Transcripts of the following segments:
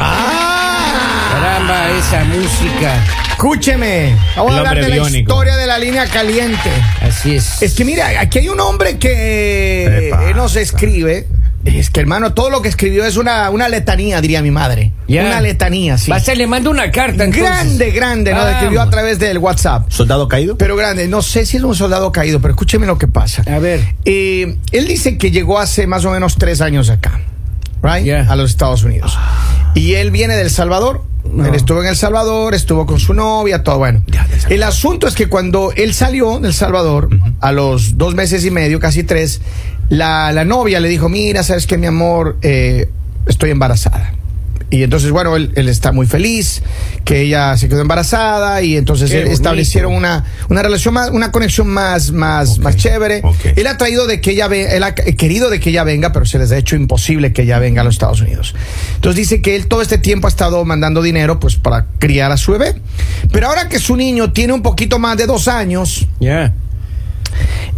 Ah, Escúcheme, vamos a El hablar hombre de la biónico. historia de la línea caliente. Así es. Es que mira, aquí hay un hombre que Epa. eh, nos escribe. Es que hermano, todo lo que escribió es una, una letanía, diría mi madre. Ya. Una letanía, sí. Va a ser, le mando una carta. entonces. Grande, grande, nos escribió a Vamos. través del WhatsApp. ¿Soldado caído? Pero grande, no sé si es un soldado caído, pero escúcheme lo que pasa. A ver. Eh, él dice que llegó hace más o menos tres años acá, right? Yeah. A los Estados Unidos. Y él viene del Salvador. Él estuvo en El Salvador, estuvo con su novia, todo bueno. El asunto es que cuando él salió del Salvador, a los dos meses y medio, casi tres, la, la novia le dijo, mira, sabes que mi amor, Eh, estoy embarazada. Y entonces, bueno, él, él está muy feliz, que ella se quedó embarazada y entonces Qué él- establecieron una, una relación más, una conexión más, más, más chévere. ok. Él ha traído de que ella ve- él ha querido de que ella venga, pero se les ha hecho imposible que ella venga a los Estados Unidos. Entonces dice que él todo este tiempo ha estado mandando dinero pues para criar a su bebé. Pero ahora que su niño tiene un poquito más de dos años, Ya.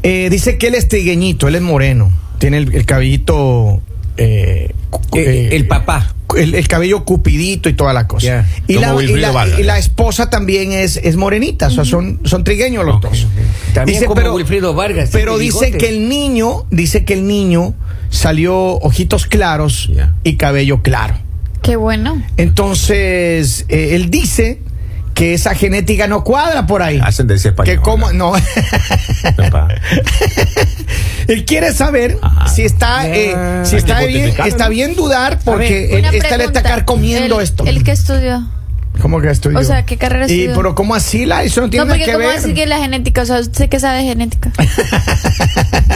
eh, dice que él es trigueñito, él es moreno, tiene el, el cabellito. eh, cu- Eh, eh, el papá. el, el cabello cupidito y toda la cosa. Ya. Y, Como la, y, Wilfrido la, Vargas. y la esposa también es, es morenita, o sea, son, son trigueños los Ok, dos. ok. También como Wilfrido Vargas, este Pero tiene dice bigote. que el niño, dice que el niño salió ojitos claros Ya. y cabello claro. Qué bueno. Entonces, eh, él dice que esa genética no cuadra por ahí. Ascendencia española. que como, no. Epa. Él quiere saber Ajá. si está, Ya. eh, si Ah, Hay está que bien, justificarlo, está ¿no? bien dudar porque ver, él está, Una le está pregunta. carcomiendo ¿El- esto. ¿El que estudió? ¿Cómo que estudió? O sea, ¿qué carrera Y estudió? pero cómo así la eso no tiene No, nada porque que ¿cómo ver. así que la genética? O sea, sé que sabe de genética.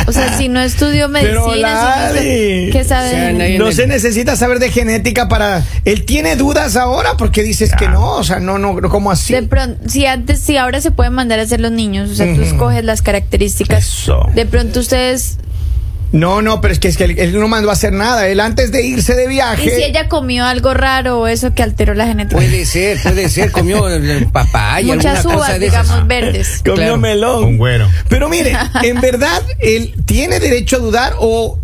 O sea, si no estudió medicina, Pero si no Lali. estudió- ¿qué sabe? O sea, de- nadie- No se necesita saber de genética para él tiene dudas ahora porque dices que no, o sea, no no no cómo así. De pronto, si antes, si ahora se pueden mandar a hacer los niños, o sea, tú escoges las características. Eso. De pronto ustedes, No, no, pero es que es que él, él no mandó a hacer nada, él antes de irse de y viaje. si ella comió algo raro o eso que alteró la genética. Puede ser, puede ser. Comió eh, papaya, Muchas alguna cosa uvas, de esas. digamos, verdes. Comió claro. melón. Un güero. Pero mire, en verdad él tiene derecho a dudar o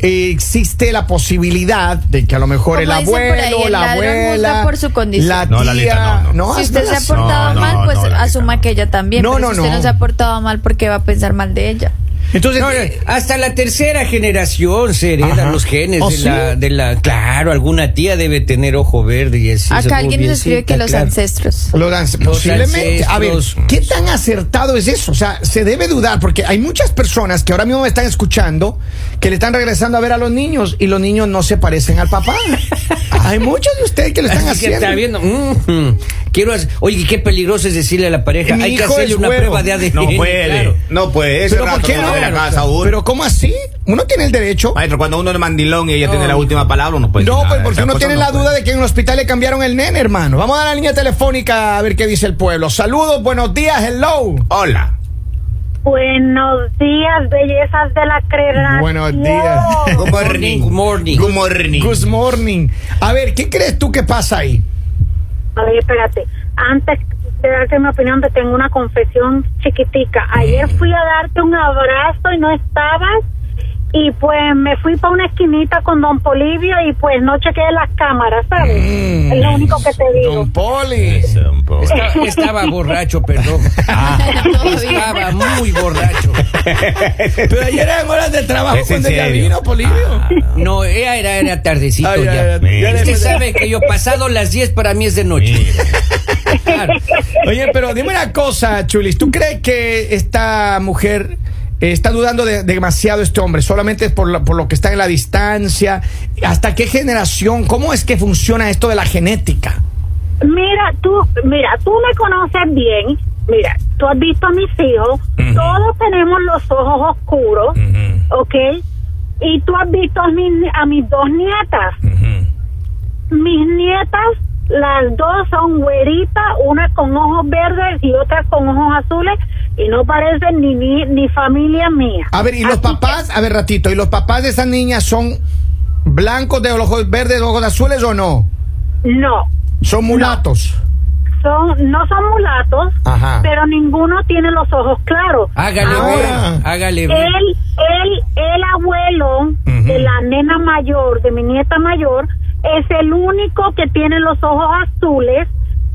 eh, existe la posibilidad de que a lo mejor Como el dicen por abuelo, ahí, el la ladrón juzga abuela, por su condición. la No, tía, Lalita, no, no. si es usted se ha relación. portado No, mal, no, pues no, la asuma neta, que ella también. No, pero no, si usted no. no se ha portado mal, porque va a pensar mal de ella? Entonces, No, no, eh, hasta la tercera generación se heredan Ajá. los genes ¿Oh, de, sí? la, de la. Claro, alguna tía debe tener ojo verde y así. Acá seguro, alguien nos escribe que biencita, los claro. ancestros. Lo dan- posiblemente. A ver, ancestros. ¿qué tan acertado es eso? O sea, se debe dudar, porque hay muchas personas que ahora mismo me están escuchando que le están regresando a ver a los niños y los niños no se parecen al papá. hay muchos de ustedes que lo están Así que haciendo. está viendo. mm, quiero hacer- Oye, qué peligroso es decirle a la pareja. Mi Hay que hijo hacerle es una güero. prueba de ADN. No puede. claro. No puede. Ese Pero ¿por rato qué no no? puede la casa, Ur. Pero ¿cómo así? Uno tiene el derecho. Maestro, cuando uno es mandilón y ella No. tiene la última palabra, uno puede No, decir pues nada. porque Esas uno cosas tiene no la duda puede. de que en el hospital le cambiaron el nene, hermano. Vamos a la línea telefónica a ver qué dice el pueblo. Saludos, buenos días, hello. Hola. Buenos días, bellezas de la creación. Buenos días. Good morning, good morning. Good morning. Good morning. A ver, ¿qué crees tú que pasa ahí? A ver, espérate. Antes de darte mi opinión, te tengo una confesión chiquitica. Ayer fui a darte un abrazo y no estabas. Y pues me fui para una esquinita con Don Polivio y pues no chequeé las cámaras, ¿sabes? es lo único que te digo. Mm. Don Poli. Eso, un poco. Estaba, estaba borracho, perdón. Ah. estaba muy borracho. Pero ayer eran horas de trabajo ¿Es en cuando ella serio? vino, Polivio. Ah, No, era, era, era tardecito Ay, ay, ya. ay, ya Usted después de- sabe que yo pasado las 10 para mí es de noche. mira. Claro. Oye, pero dime una cosa, Chulis. ¿Tú crees que esta mujer eh, está dudando de- demasiado este hombre? Solamente por, la- por lo que está en la distancia. ¿Hasta qué generación? ¿Cómo es que funciona esto de la genética? Mira, tú, mira, tú me conoces bien. Mira, tú has visto a mis hijos. Todos tenemos los ojos oscuros, ¿ok? Y tú has visto a, mis- a mis dos nietas. Mis nietas, las dos son güeritas, una con ojos verdes y otra con ojos azules, y no parecen ni, ni, ni familia mía. A ver, ¿y los Así que- papás? A ver, ratito. ¿Y los papás de esas niñas son blancos de ojos verdes, ojos azules o no? No, Son mulatos. son, no son mulatos, Ajá. pero ninguno tiene los ojos claros. Hágale Ahora, Ah. ver, hágale ver. el, el, el abuelo de la nena mayor, de mi nieta mayor, es el único que tiene los ojos azules,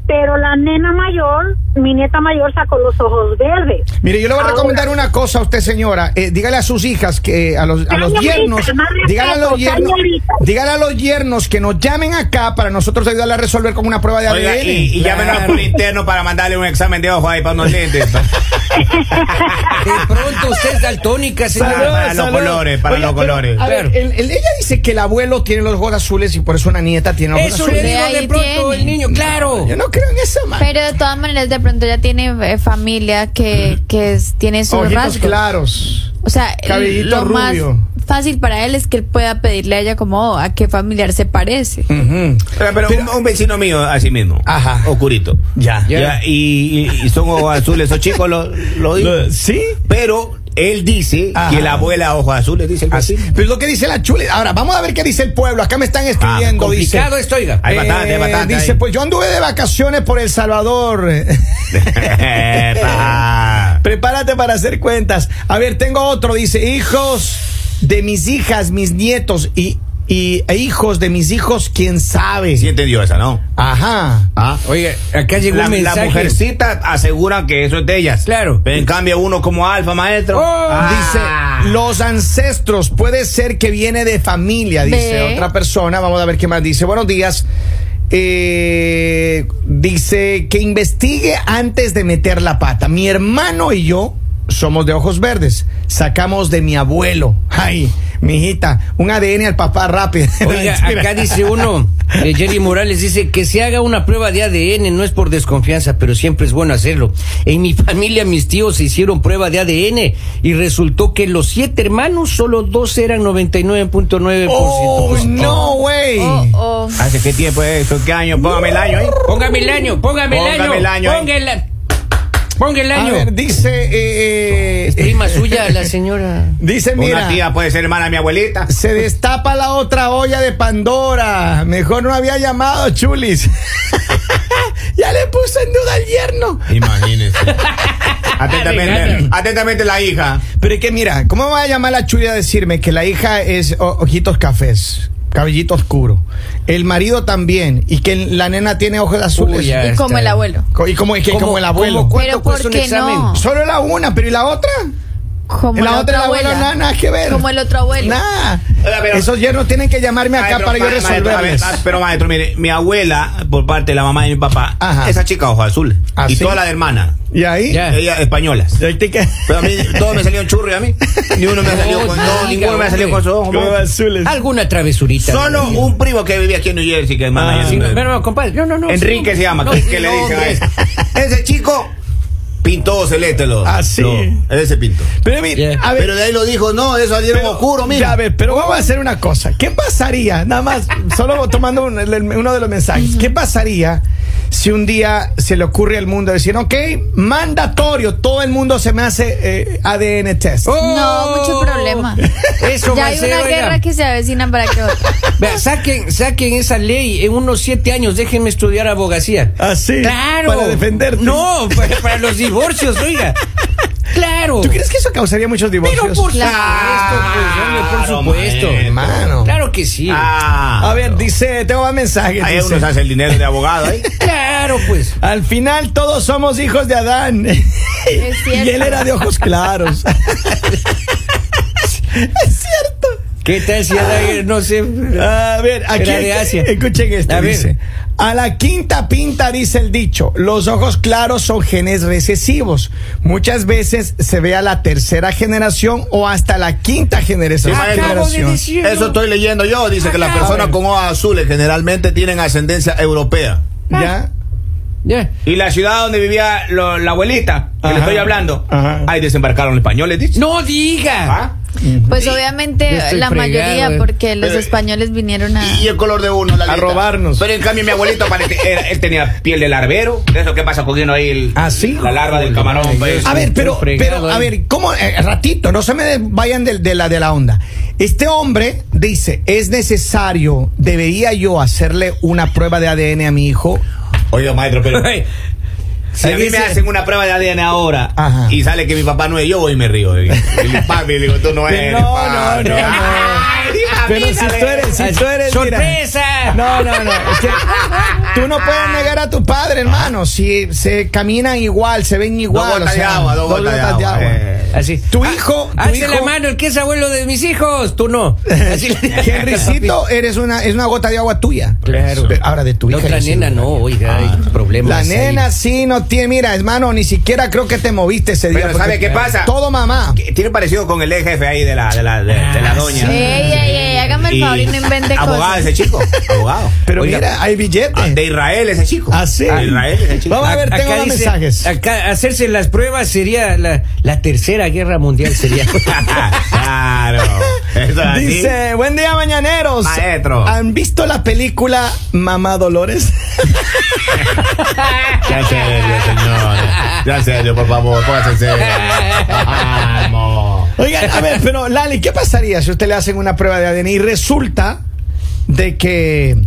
Pero la nena mayor, mi nieta mayor, sacó los ojos verdes. Mire, yo le voy a Ahora- recomendar una cosa a usted, señora. Eh, dígale a sus hijas que eh, a los, a los Señorita, yernos, más respeto, dígale a los yernos, señorita. dígale a los yernos que nos llamen acá para nosotros ayudarle a resolver con una prueba de Oiga, ADN. y, y Claro. llámenos al interno para mandarle un examen de ojo ahí para unos lentes. pa- De pronto usted es daltónica, Para, señora. los colores, para Oiga, los pero, colores. a ver, Claro. el- el- ella dice que el abuelo tiene los ojos azules y por eso una nieta tiene los ojos Eso le azules. De digo de ahí pronto el tiene. niño, claro. Yo no creo en eso, man. Pero de todas maneras, de pronto ya tiene eh, familia que, que es- tiene sus Ojitos rasgos. claros. O sea, el- Cabellito lo más rubio. fácil para él es que él pueda pedirle a ella como oh, a qué familiar se parece. Ujú. Pero, pero un, un vecino mío, así mismo. Ajá. Oscurito. Ya. Ya, y, y- y son ojos azules. Esos chicos lo, lo Lo- dicen. ¿Sí? Pero él dice Ajá. que la abuela ojos azules, dice el Así. vecino. Pero es Pues lo que dice la chule. Ahora, vamos a ver qué dice el pueblo. Acá me están escribiendo. Ah, dice, Complicado esto, oiga. Hay bastante, hay Eh, bastante Dice, ahí. pues yo anduve de vacaciones por El Salvador. Epa. Prepárate para hacer cuentas. A ver, tengo otro. Dice, hijos de mis hijas, mis nietos y, y e hijos de mis hijos, quién sabe. Sí entendió esa, ¿no? Ajá. Ah. Oiga, acá llegó La, un la mensaje. mujercita asegura que eso es de ellas. Claro. Pero en cambio uno como alfa, maestro. Oh, Ah. Dice, los ancestros, puede ser que viene de familia, dice Ve. otra persona. Vamos a ver qué más dice. Buenos días. Eh, dice que investigue antes de meter la pata. Mi hermano y yo somos de ojos verdes. Sacamos de mi abuelo. Ay, mi hijita, un ADN al papá rápido. Oiga, Mentira. acá dice uno, eh, Jerry Morales dice que se haga una prueba de ADN, no es por desconfianza, pero siempre es bueno hacerlo. En mi familia mis tíos se hicieron prueba de ADN y resultó que los siete hermanos, solo dos eran 99.9%. Oh, no, güey. Oh, oh. ¿Hace qué tiempo es eso? ¿Qué año? Póngame el año ahí. Póngame el año, póngame, Póngame el el año. año ahí. Póngame el año. Ponga el A año. ver, dice, eh, eh, Es prima suya la señora. dice, mira. Una tía puede ser hermana de mi abuelita. Se destapa la otra olla de Pandora. Mejor no había llamado, Chulis. ya le puso en duda al yerno. Imagínese. atentamente, Regaña. atentamente la hija. Pero es que mira, ¿cómo va a llamar la Chuli a decirme que la hija es o- ojitos cafés? Cabellito oscuro. El marido también. Y que la nena tiene ojos azules. Uy, ya Y como está. el abuelo. Co- Y como, es que ¿Cómo- como el abuelo. cómo- cuánto Pero cuesta ¿por un qué examen? no? Solo la una, pero ¿y la otra? Como la, otra, la abuela, nada, nada que ver. Como el otro abuelo. Nada. Oiga, pero- Esos yernos tienen que llamarme acá Maestro, para yo ma- maestro, a ver, resolverles. ma- pero maestro, mire, mi abuela, por parte de la mamá de mi papá, Ajá. esa chica ojos azules. ¿Ah, y sí? todas las hermanas. Y ahí. Ya. Ellas españolas. Y ahí te queda- Pero a mí, todos me salieron churri a mí. Ni uno me salió con, no, ninguno me salió con sus ojos. Como maestro. azules. Alguna travesurita. Solo un primo que vivía aquí en New Jersey, que es Ah, manager. sí, no, no, compadre, no, no, no, Enrique sí, se llama, no, que, sí, que le no, dicen a hombre. él. Ese chico pintó celeste lo. Ah, sí. lo- ese pintó. Pero mira, Yeah. a ver, Pero de ahí lo dijo, no, eso salieron pero- oscuro, Ya mira. ves, pero vamos a hacer una cosa. ¿Qué pasaría? Nada más, solo tomando un- el- el- uno de los mensajes. ¿Qué pasaría si un día se le ocurre al mundo decir, ok, mandatorio, todo el mundo se me hace eh, ADN test? Oh. No, mucho problema. Eso ya va a hay ser, una oiga. guerra que se avecina para que otra. Vea, saquen, saquen esa ley en unos siete años, déjenme estudiar abogacía. Así. Claro. Ah, Para defenderte. No, para, para los divorcios, oiga. Claro. ¿Tú crees que eso causaría muchos divorcios? Pero por Claro, supuesto, pues, hombre, por supuesto. maestro. Hermano. Claro que sí. Ah, A ver, dice, tengo más mensajes. ahí dice. uno se hace el dinero de abogado ¿eh? ahí. Claro, pues. Al final todos somos hijos de Adán. y cierto. él era de ojos claros. es cierto. ¿Qué tal si era- no sé? A ver, aquí Era de Asia. escuchen esto. A ver. dice, a la quinta pinta dice el dicho, los ojos claros son genes recesivos. Muchas veces se ve a la tercera generación o hasta la quinta generación. Sí, maestro. Acabo de generación. decirlo. Eso estoy leyendo yo. Dice que las Ajá. personas con ojos azules generalmente tienen ascendencia europea. ¿Ya? Ya. Y la ciudad donde vivía lo- la abuelita, que Ajá. le estoy hablando, Ajá. ahí desembarcaron los españoles, dice. No diga. Ah. Pues yo obviamente estoy la fregado, eh. mayoría, porque los Pero- españoles vinieron a. Y el color de uno, la aleta. robarnos. Pero en cambio, mi abuelito, parece- era- él tenía piel de larvero. De eso, ¿qué pasa con uno ahí? el- ¿Ah, sí? La larva del camarón. pues. A ver, pero, fregado, pero, a eh. ver, ¿cómo? eh, ratito, no se me des- vayan del- de, la, de la onda. Este hombre dice, es necesario, debería yo hacerle una prueba de ADN a mi hijo. Oye, maestro, pero. Si a Ahí mí dice- Ah. me hacen una prueba de ADN ahora Ajá. y sale que mi papá no es, yo voy y me río. eh. Y le- papi, le digo, tú no eres. No, no, papi. no, no. Ay, Pero si papita, tú eres, si tú eres, mira. ¡Sorpresa! No, no, no. Es que tú no puedes negar a tu padre, hermano. Si se caminan igual, se ven igual. gotas o sea, de agua, dos gotas de agua, eh. Así. Tu hijo, tu Hazle la hijo- mano, el que es abuelo de mis hijos. Tú no. Así le- Henrycito, eres una, es una gota de agua tuya. Claro. De- Ahora de tu La hija. otra eres nena una- no, oiga, hay problemas. Ah. La ahí. nena sí no tiene, mira, hermano, ni siquiera creo que te moviste ese día. Pero porque ¿sabe qué pasa? Todo mamá. Que Tiene parecido con el ex jefe ahí de la, de la, de, de la doña. Ey, ey, ey, hágame el favor y no invente Abogado cosas. ese chico. Abogado. Pero Oiga, mira, hay billetes. ah, de Israel ese chico. Eh. Ah, sí. De Israel ese chico. Vamos a ver, Acá tengo los dice, mensajes. Acá hacerse las pruebas sería la, la tercera guerra mundial sería. claro. Eso es así. Dice, buen día mañaneros. Maestro. ¿Han visto la película Mamá Dolores? Ya en serio, señores. Ya en serio, por favor, póngase en serio. Vamos. Oigan, a ver, pero Lali, ¿qué pasaría si usted le hacen una prueba de ADN y resulta de que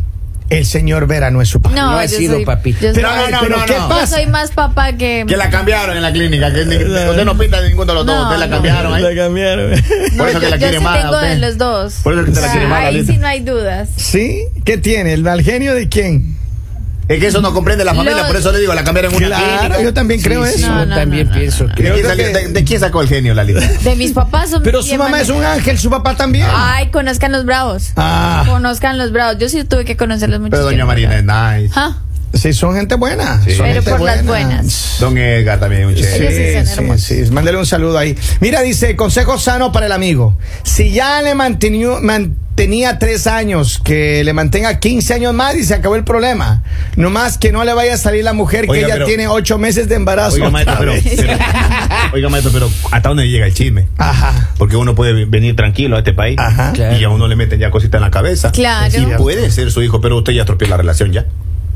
el señor Vera no es su padre? No, No ha yo sido, soy, papito. Yo soy, Pero, a ver, No, no, pero no, ¿qué no. yo pasa? soy más papá que. Que la cambiaron en la clínica. Que ni- usted no pinta ninguno de los dos. No, usted la no. cambiaron ahí. La cambiaron. No, Por eso yo, que la yo quiere sí más, tengo de usted. los dos. Por eso que usted la quiere Ah, más, ahí Lalita. sí no hay dudas. ¿Sí? ¿Qué tiene? ¿El mal genio de quién? Es que eso no comprende la familia, Los- por eso le digo, la cambiaron en una Claro, clínica. yo también creo Sí, eso. no, yo no, también no, no, pienso que. ¿De quién, creo salió- que- de- de quién sacó el genio, Lalita? De mis papás son Pero su bien mamá es mane- un ángel, su papá también. Ay, conozcan los bravos. Ah. Conozcan los bravos. Yo sí tuve que conocerlos mucho. Pero doña tiempo. Marina es nice. Ah, Sí, son gente buena. son Pero gente por las buenas. Don Edgar también es un Sí, Ellos chévere. sí son sí, hermosos. sí. Mándale un saludo ahí. Mira, dice, consejo sano para el amigo. Si ya le mantenió- mantenía tres años, que le mantenga 15 años más y se acabó el problema. Nomás que no le vaya a salir la mujer Oiga, que ya pero- tiene ocho meses de embarazo. Oiga, maestro, pero, pero- oiga, maestro, pero ¿hasta dónde llega el chisme? Ajá. Porque uno puede venir tranquilo a este país Ajá. Claro. y a uno le meten ya cositas en la cabeza. Claro. Y puede ser su hijo, pero usted ya estropeó la relación ya.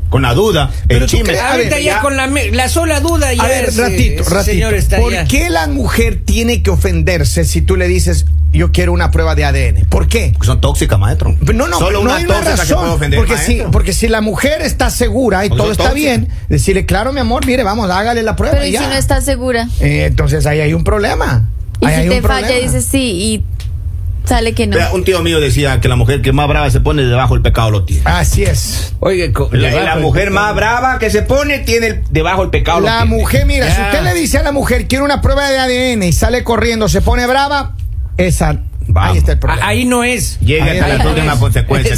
Con la duda, Pero el tú chisme. crees- a Ahorita ver, ya, con la, me- la sola duda ya. A ver, ese- ratito, ese ratito. Señor está ¿Por ya. qué la mujer tiene que ofenderse si tú le dices, yo quiero una prueba de ADN? ¿Por qué? Son tóxicas, maestro. No, no, Solo no una hay una tóxica que puede razón. ofender, porque, si, maestro. Pues porque si la mujer está segura y Porque todo son está tóxicas. bien, decirle, claro, mi amor, mire, vamos, hágale la prueba. pero y ¿y ya. si no estás segura? Eh, entonces ahí hay un problema. Y Ahí hay si te un falla problema. y dices sí y sale que no. Vea, Un tío mío decía que la mujer que más brava se pone debajo el pecado lo tiene. Así es. Oiga, co- La, le la bajo el- mujer más brava que se pone tiene el- debajo el pecado lo La tiene. mujer, mira, si Ya. usted le dice a la mujer, quiero una prueba de ADN y sale corriendo, se pone brava, esa. Vamos. Ahí está el A- problema. Ahí no es. Llega Ahí hasta está. la última consecuencia.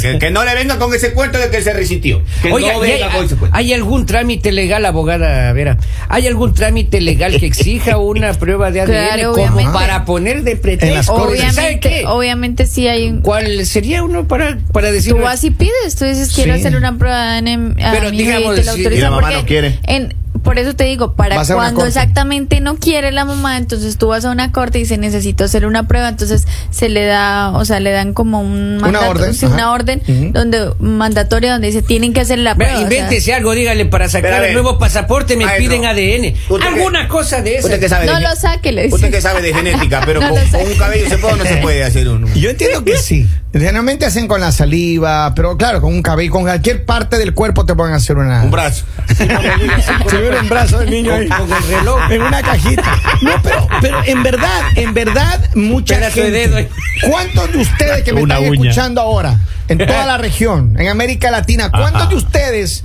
Que, que no le venga con ese cuento de que se resistió. Que Oiga, no ¿y hay, venga con ese cuento. hay algún trámite legal, abogada Vera? ¿Hay algún trámite legal que exija una prueba de ADN Claro, como obviamente. para poner de En las pretexto? cortes. ¿Sabe obviamente, qué? obviamente sí hay un. ¿Cuál sería uno para, para decir? Tú vas y pides, tú dices quiero Sí. hacer una prueba en, a Pero mi hija digamos, y te la si- autorizan y la mamá porque no quiere. en- por eso te digo, para Vas a una cuando corte. exactamente no quiere la mamá, entonces tú vas a una corte y dice necesito hacer una prueba, entonces se le da, o sea, le dan como un Una mandato, orden, sí, ajá. una orden Ujú. donde mandatoria donde dice tienen que hacer la ¿eh? Vea, prueba. o sea, invéntese algo, dígale, para Pero a sacar ver. el nuevo pasaporte me Ay, piden no. ADN. ¿Usted Alguna qué- cosa de Usted que esa. sabe de No gen- lo saque, le dice. Usted que sabe de genética, pero No con, lo con saque. un cabello se puede o no se puede hacer un. Yo entiendo que sí. Generalmente hacen con la saliva, pero claro, con un cabello, con cualquier parte del cuerpo te pueden hacer una. Un brazo. Se ve un brazo del niño eh. ahí. Con el reloj. En una cajita. No, pero, pero en verdad, en verdad, mucha Pedazo de gente. dedo ahí. ¿Cuántos de ustedes que me Una están uña. escuchando ahora, en toda la región, en América Latina, cuántos Ajá. de ustedes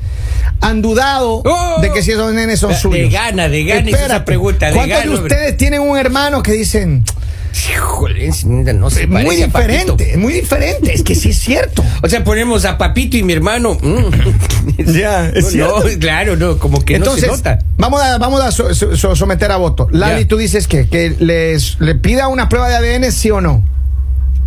han dudado Oh. de que si esos nenes son De suyos? gana, de gana hizo esa Espérate, pregunta, de ¿Cuántos gana, de hombre. ustedes tienen un hermano que dicen Híjole, no se parece muy a Papito. diferente, muy diferente? Es que sí es cierto. O sea, ponemos a Papito y mi hermano. mm. Ya, es no, cierto. claro, no, como que Entonces, no se nota. vamos a, vamos a so- so- so- someter a voto. Lali, Ya. tú dices que, que les, le pida una prueba de ADN, sí o no.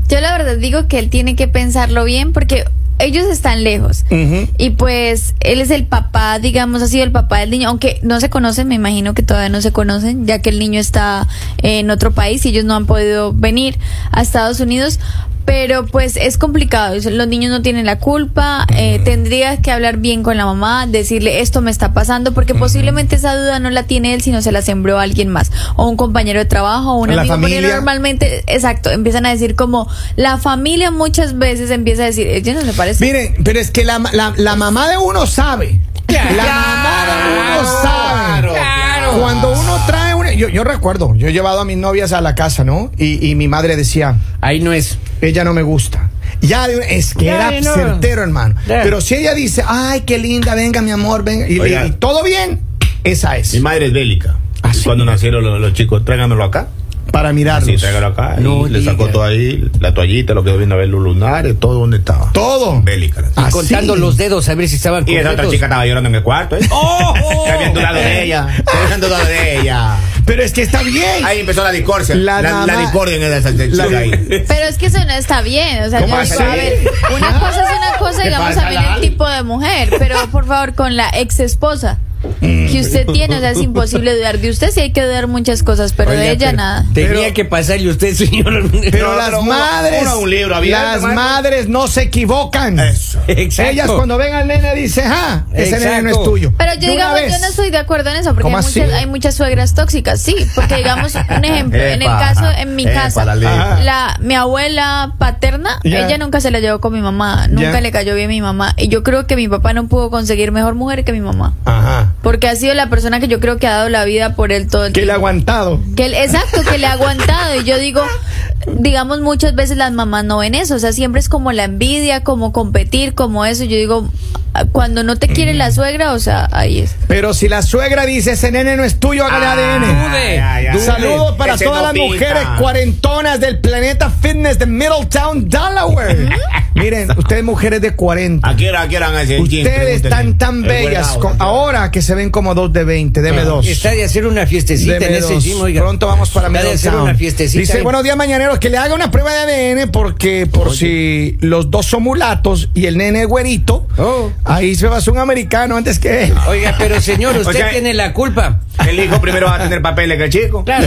Yo la verdad digo que él tiene que pensarlo bien porque ellos están lejos. Ujú. Y pues él es el papá, digamos, ha sido el papá del niño, aunque no se conocen, me imagino que todavía no se conocen, ya que el niño está en otro país y ellos no han podido venir a Estados Unidos. Pero pues es complicado, es- los niños no tienen la culpa, eh, tendrías que hablar bien con la mamá, decirle esto me está pasando, porque posiblemente esa duda no la tiene él, sino se la sembró alguien más, o un compañero de trabajo, o un La amigo, porque familia. normalmente, exacto, empiezan a decir como la familia muchas veces empieza a decir, ella no se parece. Miren, pero es que la, la- la mamá de uno sabe. Claro. La mamá de uno sabe. Claro, claro. Cuando uno trae una. Yo, yo recuerdo, yo he llevado a mis novias a la casa, ¿no? Y, y mi madre decía, Ahí no es. ella no me gusta. Ya de una- es que Ya, era y no. certero, hermano. Ya. Pero si ella dice, ay, qué linda, venga, mi amor, venga, y, Oiga. y todo bien, esa Mi es. madre es bélica. Ah, sí. Cuando nacieron los, los chicos, tráigamelo acá. Para mirarlos. Sí, tráigamelo acá. No y le diga. sacó todo ahí, la toallita, lo que vino a ver, los lunares, todo donde estaba. Todo. Bélica. la Ah, chica. Contando sí. los dedos a ver si estaban y esa otra correctos. chica estaba llorando en el cuarto, ¿eh? ¡Oh! Está viendo un lado de ella. Está viendo un lado de ella. Pero es que está bien. Ahí empezó la discordia. La La, la, dama- discordia en esa la- chica ahí. Pero es que eso no está bien. O sea, yo ¿Cómo digo, así? a ver, una cosa es una cosa, ¿Qué digamos, pasa, también el Lali? tipo de mujer. Pero por favor, con la ex esposa Mm. que usted tiene, o sea, es imposible dudar de usted. Sí hay que dudar muchas cosas, pero de Oiga, ella pero- nada. Tenía Pero- que pasarle usted, señor. Pero No, las pero uno- madres, uno un libro abierto, las hermano. madres no se equivocan. Eso. Exacto. Ellas cuando ven al nene dicen, ah, ese nene no es Exacto. tuyo. Pero yo De una digamos, yo vez. no estoy de acuerdo en eso, porque hay ¿Cómo así? muchas, hay muchas suegras tóxicas, sí, porque digamos, un ejemplo, en el Epa, caso, en mi epa, casa, Lali. Ajá. la mi abuela paterna, Ya. ella nunca se la llevó con mi mamá, nunca le cayó bien mi mamá, y yo creo que mi papá no pudo conseguir mejor mujer que mi mamá, Ajá. porque ha sido la persona que yo creo que ha dado la vida por él todo el Que le ha tiempo. aguantado. Que él- exacto, que le ha aguantado. Y yo digo, digamos, muchas veces las mamás no ven eso. O sea, siempre es como la envidia, como competir, como eso. Yo digo, cuando no te quiere Mm. la suegra, o sea, ahí es. Pero si la suegra dice, ese nene no es tuyo, hágale ADN. Dude, Ay, ay, ay. dude. Saludos para Ah, Ese todas no las pinta. mujeres cuarentonas del planeta fitness de Middletown, Delaware. Miren, ustedes mujeres de 40. ¿A qué hora, a qué hora van a hacer el gym? Ustedes Pregúntenle. están tan El bellas workout. con- ahora que se ven como dos de 20, deme dos. Está de hacer una fiestecita en ese DB2. gym, oiga. Pronto vamos para Está de hacer Middletown. una fiestecita. Dice, ahí. buenos días mañaneros, que le haga una prueba de ADN porque por si los dos son mulatos y el nene es güerito, Oh. ahí se va a hacer un americano antes que él. Oiga, pero señor, usted sea, tiene la culpa. El hijo primero va a tener papeles que el chico. Claro.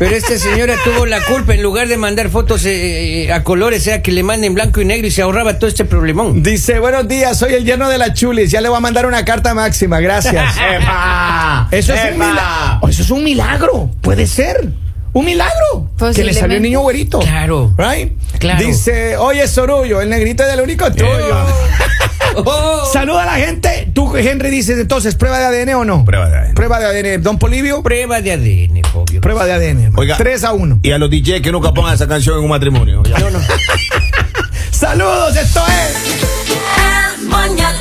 Pero esta señora tuvo la culpa en lugar de mandar fotos eh, a colores, sea que le manden blanco y negro y se ahorraba todo este problemón. Dice, buenos días, soy el yerno de la chulis, ya le voy a mandar una carta máxima, gracias. ¡Epa! Eso es, un ¡Epa! milagro. eso es un milagro, puede ser. Un milagro. Que le Posiblemente. salió un niño güerito. Claro. Right? Claro. Dice, oye Sorullo, el negrito es el único tuyo. Oh. Saluda a la gente. Tú, Henry, dices entonces, ¿prueba de ADN o no? Prueba de ADN. Prueba de ADN. Don Polivio, Prueba de ADN, obvio. prueba de ADN. hermano. Oiga. 3 a 1. Y a los DJs que nunca pongan esa canción en un matrimonio. Ya. Saludos, esto es. El mañanero